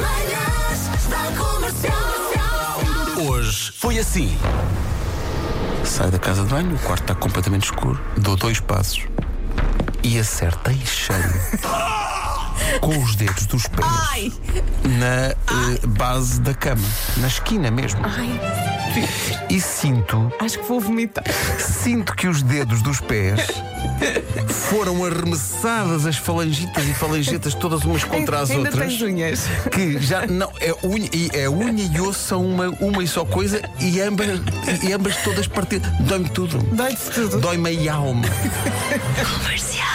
Manhãs da Comercial. Hoje foi assim. Saio da casa de banho, o quarto está completamente escuro, dou dois passos e acertei cheio com os dedos dos pés na eh, base da cama, na esquina mesmo. E sinto, Acho que vou vomitar. sinto que os dedos dos pés foram arremessadas as falangitas e falangetas todas umas contra as Ainda outras. tens unhas. que já não é unha e é unha e osso são uma uma e só coisa e ambas e ambas todas partidas dói-me tudo Dói-te tudo. dói-me a alma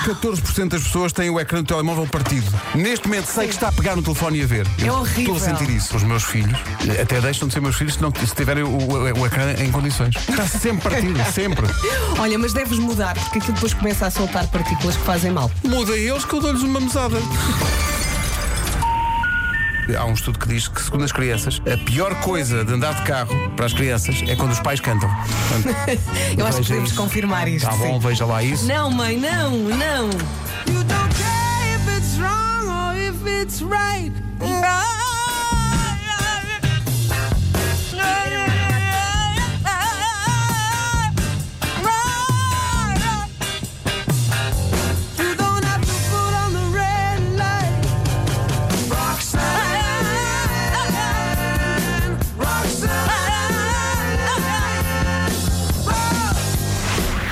14% das pessoas têm o ecrã do telemóvel partido. Neste momento sei que está a pegar no telefone e a ver. É Eu horrível. Estou a sentir isso. Os meus filhos eh, até deixam de ser meus filhos se, não, se tiverem o, o- o ecrã em condições. Está sempre partido, sempre. Olha, mas deves mudar, porque aquilo depois começa a soltar partículas que fazem mal. Muda eles que eu dou-lhes uma mesada. Há um estudo que diz que, segundo as crianças, a pior coisa de andar de carro para as crianças é quando os pais cantam. Portanto, Eu acho que Veja podemos isso. confirmar isto. está Então, tá bom, sim. veja lá isso. Não, mãe, não, não.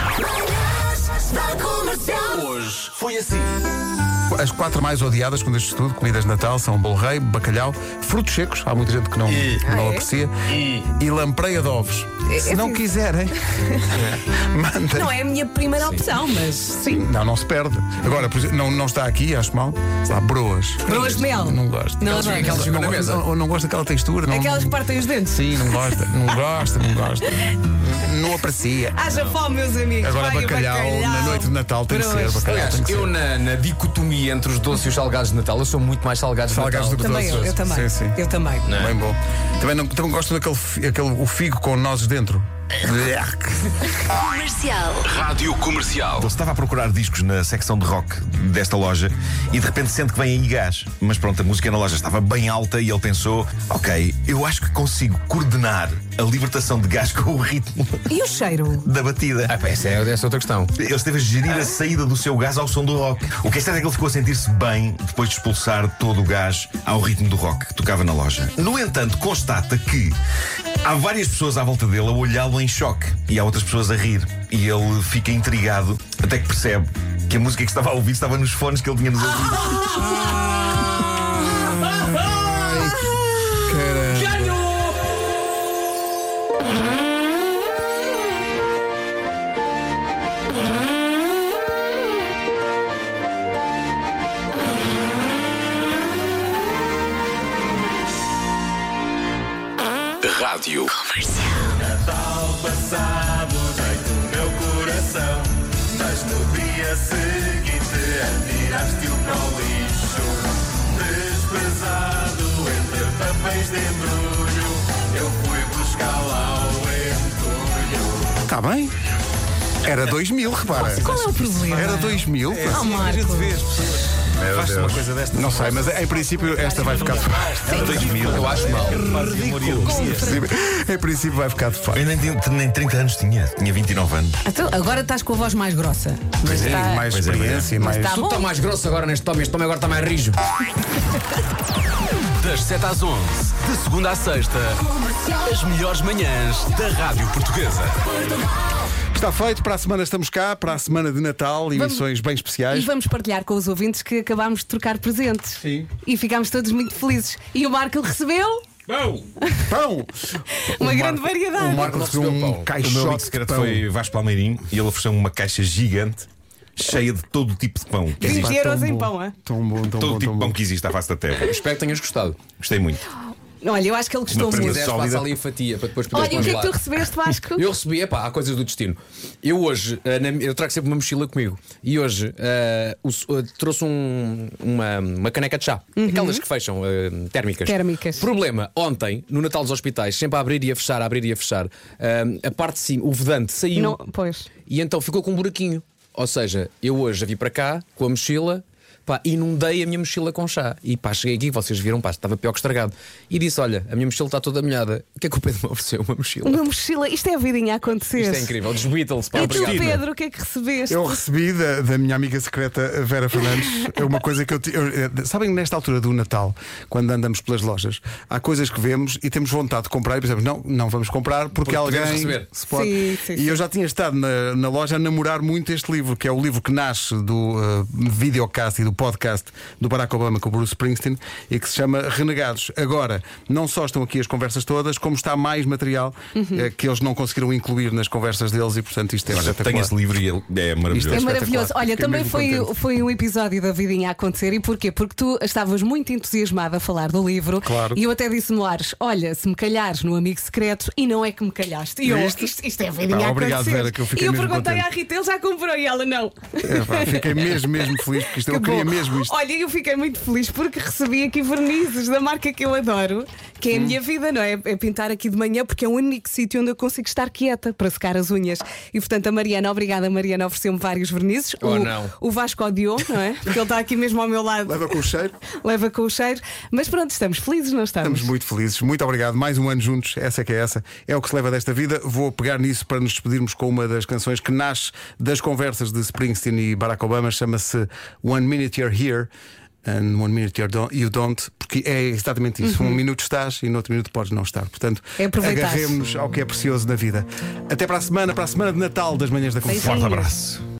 Manhãs da Comercial. hoje foi assim As quatro mais odiadas, com este estudo, comidas de Natal, são bolo rei, bacalhau, frutos secos, há muita gente que não, E- que não Ah, é? aprecia, e, lampreia de ovos. Se é não assim. quiserem, mandem. Não é a minha primeira opção, mas. Sim, não, não se perde. Agora, por exemplo, não, não está aqui, acho mal, sei lá, broas. Broas de mel. Não gosto. Não não, adoro. aquelas, Ficam não, na mesa. não, não gosto daquela textura. Não, Aquelas que partem os dentes. Sim, não gosta, não gosta, não gosta. não aprecia. Haja fome, meus amigos. Agora, Vai, bacalhau, na noite de Natal tem que ser Broas. bacalhau. Aliás, tem que eu ser. na, na dicotomia entre os doces e os salgados de Natal, eu sou muito mais salgados, Salgados de do que Natal. Também eu, eu também. Sim, sim. Eu também. Bem bom. Também, não, também gosto daquele fi- aquele, o figo com nozes dentro. Rádio Comercial. Ele estava a procurar discos na secção de rock desta loja e de repente sente que vem aí gás. Mas pronto, a música na loja estava bem alta e ele pensou: ok, eu acho que consigo coordenar a libertação de gás com o ritmo E o cheiro? da batida. Ah, pá, essa é essa é outra questão. Ele esteve a gerir a saída do seu gás ao som do rock. O que é certo é que ele ficou a sentir-se bem depois de expulsar todo o gás ao ritmo do rock que tocava na loja. No entanto, constata que há várias pessoas à volta dele a olhá-lo em choque e há outras pessoas a rir. E ele fica intrigado até que percebe que a música que estava a ouvir estava nos fones que ele tinha Ah, nos ouvidos. Rádio. Está Tá bem? Era 2000, repara. Qual é o problema? Era 2000. pá. Oh, Marco. Não sei, mas em princípio esta vai ficar de Eu acho mal. Em princípio vai ficar de facto. Eu nem, tinha- nem 30 anos tinha, tinha 29 anos. Então, agora estás com a voz mais grossa. Mas Sim, está- mais Pois é, experiência, mas mais. está Tu bom. está mais grosso agora neste tome, este tome agora está mais rijo. das 7 às 11 de segunda à sexta as melhores manhãs da rádio portuguesa Está feito, para a semana estamos cá, para a semana de Natal, emissões bem E especiais. vamos partilhar com os ouvintes que acabámos de trocar presentes. Sim. E ficámos todos muito felizes. E o Marco recebeu Pão! uma O grande Marco- variedade. O Marco recebeu um o meu amigo caixote de secreto pão. foi Vasco Palmeirinho e ele ofereceu uma caixa gigante cheia de todo o tipo de pão. que existe. 20 euros em pão, é? hã? Tão bom, tão Todo o bom, tão tipo de pão bom. é que existe à face da terra. Espero que tenhas gostado. Se Gostei muito. Olha, eu acho que ele gostou Uma prenda muito. quiseres, Sólida. passa ali a fatia para depois poderes Olha, o que é que congelar. tu recebeste, Vasco? Eu recebi, epá, há coisas do destino. Eu hoje, eh, na- eu trago sempre uma mochila comigo. E hoje eh, o so- eh, trouxe um- uma, uma caneca de chá. Aquelas que fecham, eh, térmicas. Uhum. Térmicas. Problema, ontem, no Natal dos Hospitais, sempre a abrir e a fechar, a abrir e a fechar, eh, a parte de cima, o vedante saiu Não, pois. e então ficou com um buraquinho. Ou seja, eu hoje a vim para cá com a mochila. pá, pá, inundei a minha mochila com chá. E pá, cheguei aqui, vocês viram, pá, estava pior que estragado. E disse: Olha, a minha mochila está toda molhada. O que é que o Pedro me ofereceu? Uma mochila. Uma mochila, isto é a vidinha a acontecer. Isto é incrível. Dos Beatles, pá, E tu, obrigado. Pedro, o que é que recebeste? Eu recebi da, da minha amiga secreta Vera Fernandes uma coisa que eu, ti- eu, eh, Sabem, nesta altura do Natal, quando andamos pelas lojas, há coisas que vemos e temos vontade de comprar e pensamos, não, não vamos comprar porque, Porque alguém. podemos receber. Se pode. Sim, sim, e sim. eu já tinha estado na, na loja a namorar muito este livro, que é o livro que nasce do eh, videocast e do podcast do Barack Obama com o Bruce Springsteen e que se chama Renegados. Agora, não só estão aqui as conversas todas, como está mais material Uhum. eh, que eles não conseguiram incluir nas conversas deles e, portanto, isto é Olha, espetacular. tenho esse livro e ele é maravilhoso. É espetacular. maravilhoso. Olha, Fiquei também mesmo foi, contente. foi um episódio da vidinha a acontecer. E porquê? Porque tu estavas muito entusiasmada a falar do livro. Claro. E eu até disse no Ares: Olha, se me calhares no Amigo Secreto, e não é que me calhaste. E eu, Viste? isto, isto é a vidinha Pá, a obrigado, acontecer. Vera, que eu fiquei e eu mesmo perguntei contente. à Rita: Ele já comprou? E ela: Não. É, pá, fiquei mesmo, mesmo feliz porque isto, eu Que queria bom. mesmo isto. Olha, eu fiquei muito feliz porque recebi aqui vernizes da marca que eu adoro, que é a minha vida, não é? É pintar aqui de manhã porque é o único sítio onde eu consigo estar quieta para secar as unhas. E portanto, a Mariana, obrigada, a Mariana ofereceu-me vários vernizes. Oh, o, não. o Vasco odiou, não é? Porque ele está aqui mesmo ao meu lado, Leva com o cheiro. leva com o cheiro. Mas pronto, estamos felizes, não estamos? Estamos muito felizes. Muito obrigado. Mais um ano juntos. Essa é que é essa. É o que se leva desta vida. Vou pegar nisso para nos despedirmos com uma das canções que nasce das conversas de Springsteen e Barack Obama. Chama-se One Minute You're Here. And one minute you're don- you don't, porque é exatamente isso. Um minuto estás e no outro minuto podes não estar. Portanto, Uhum. É aproveitar. agarremos ao que é precioso na vida. Até para a semana, para a semana de Natal das manhãs da Conversa. Forte Um abraço.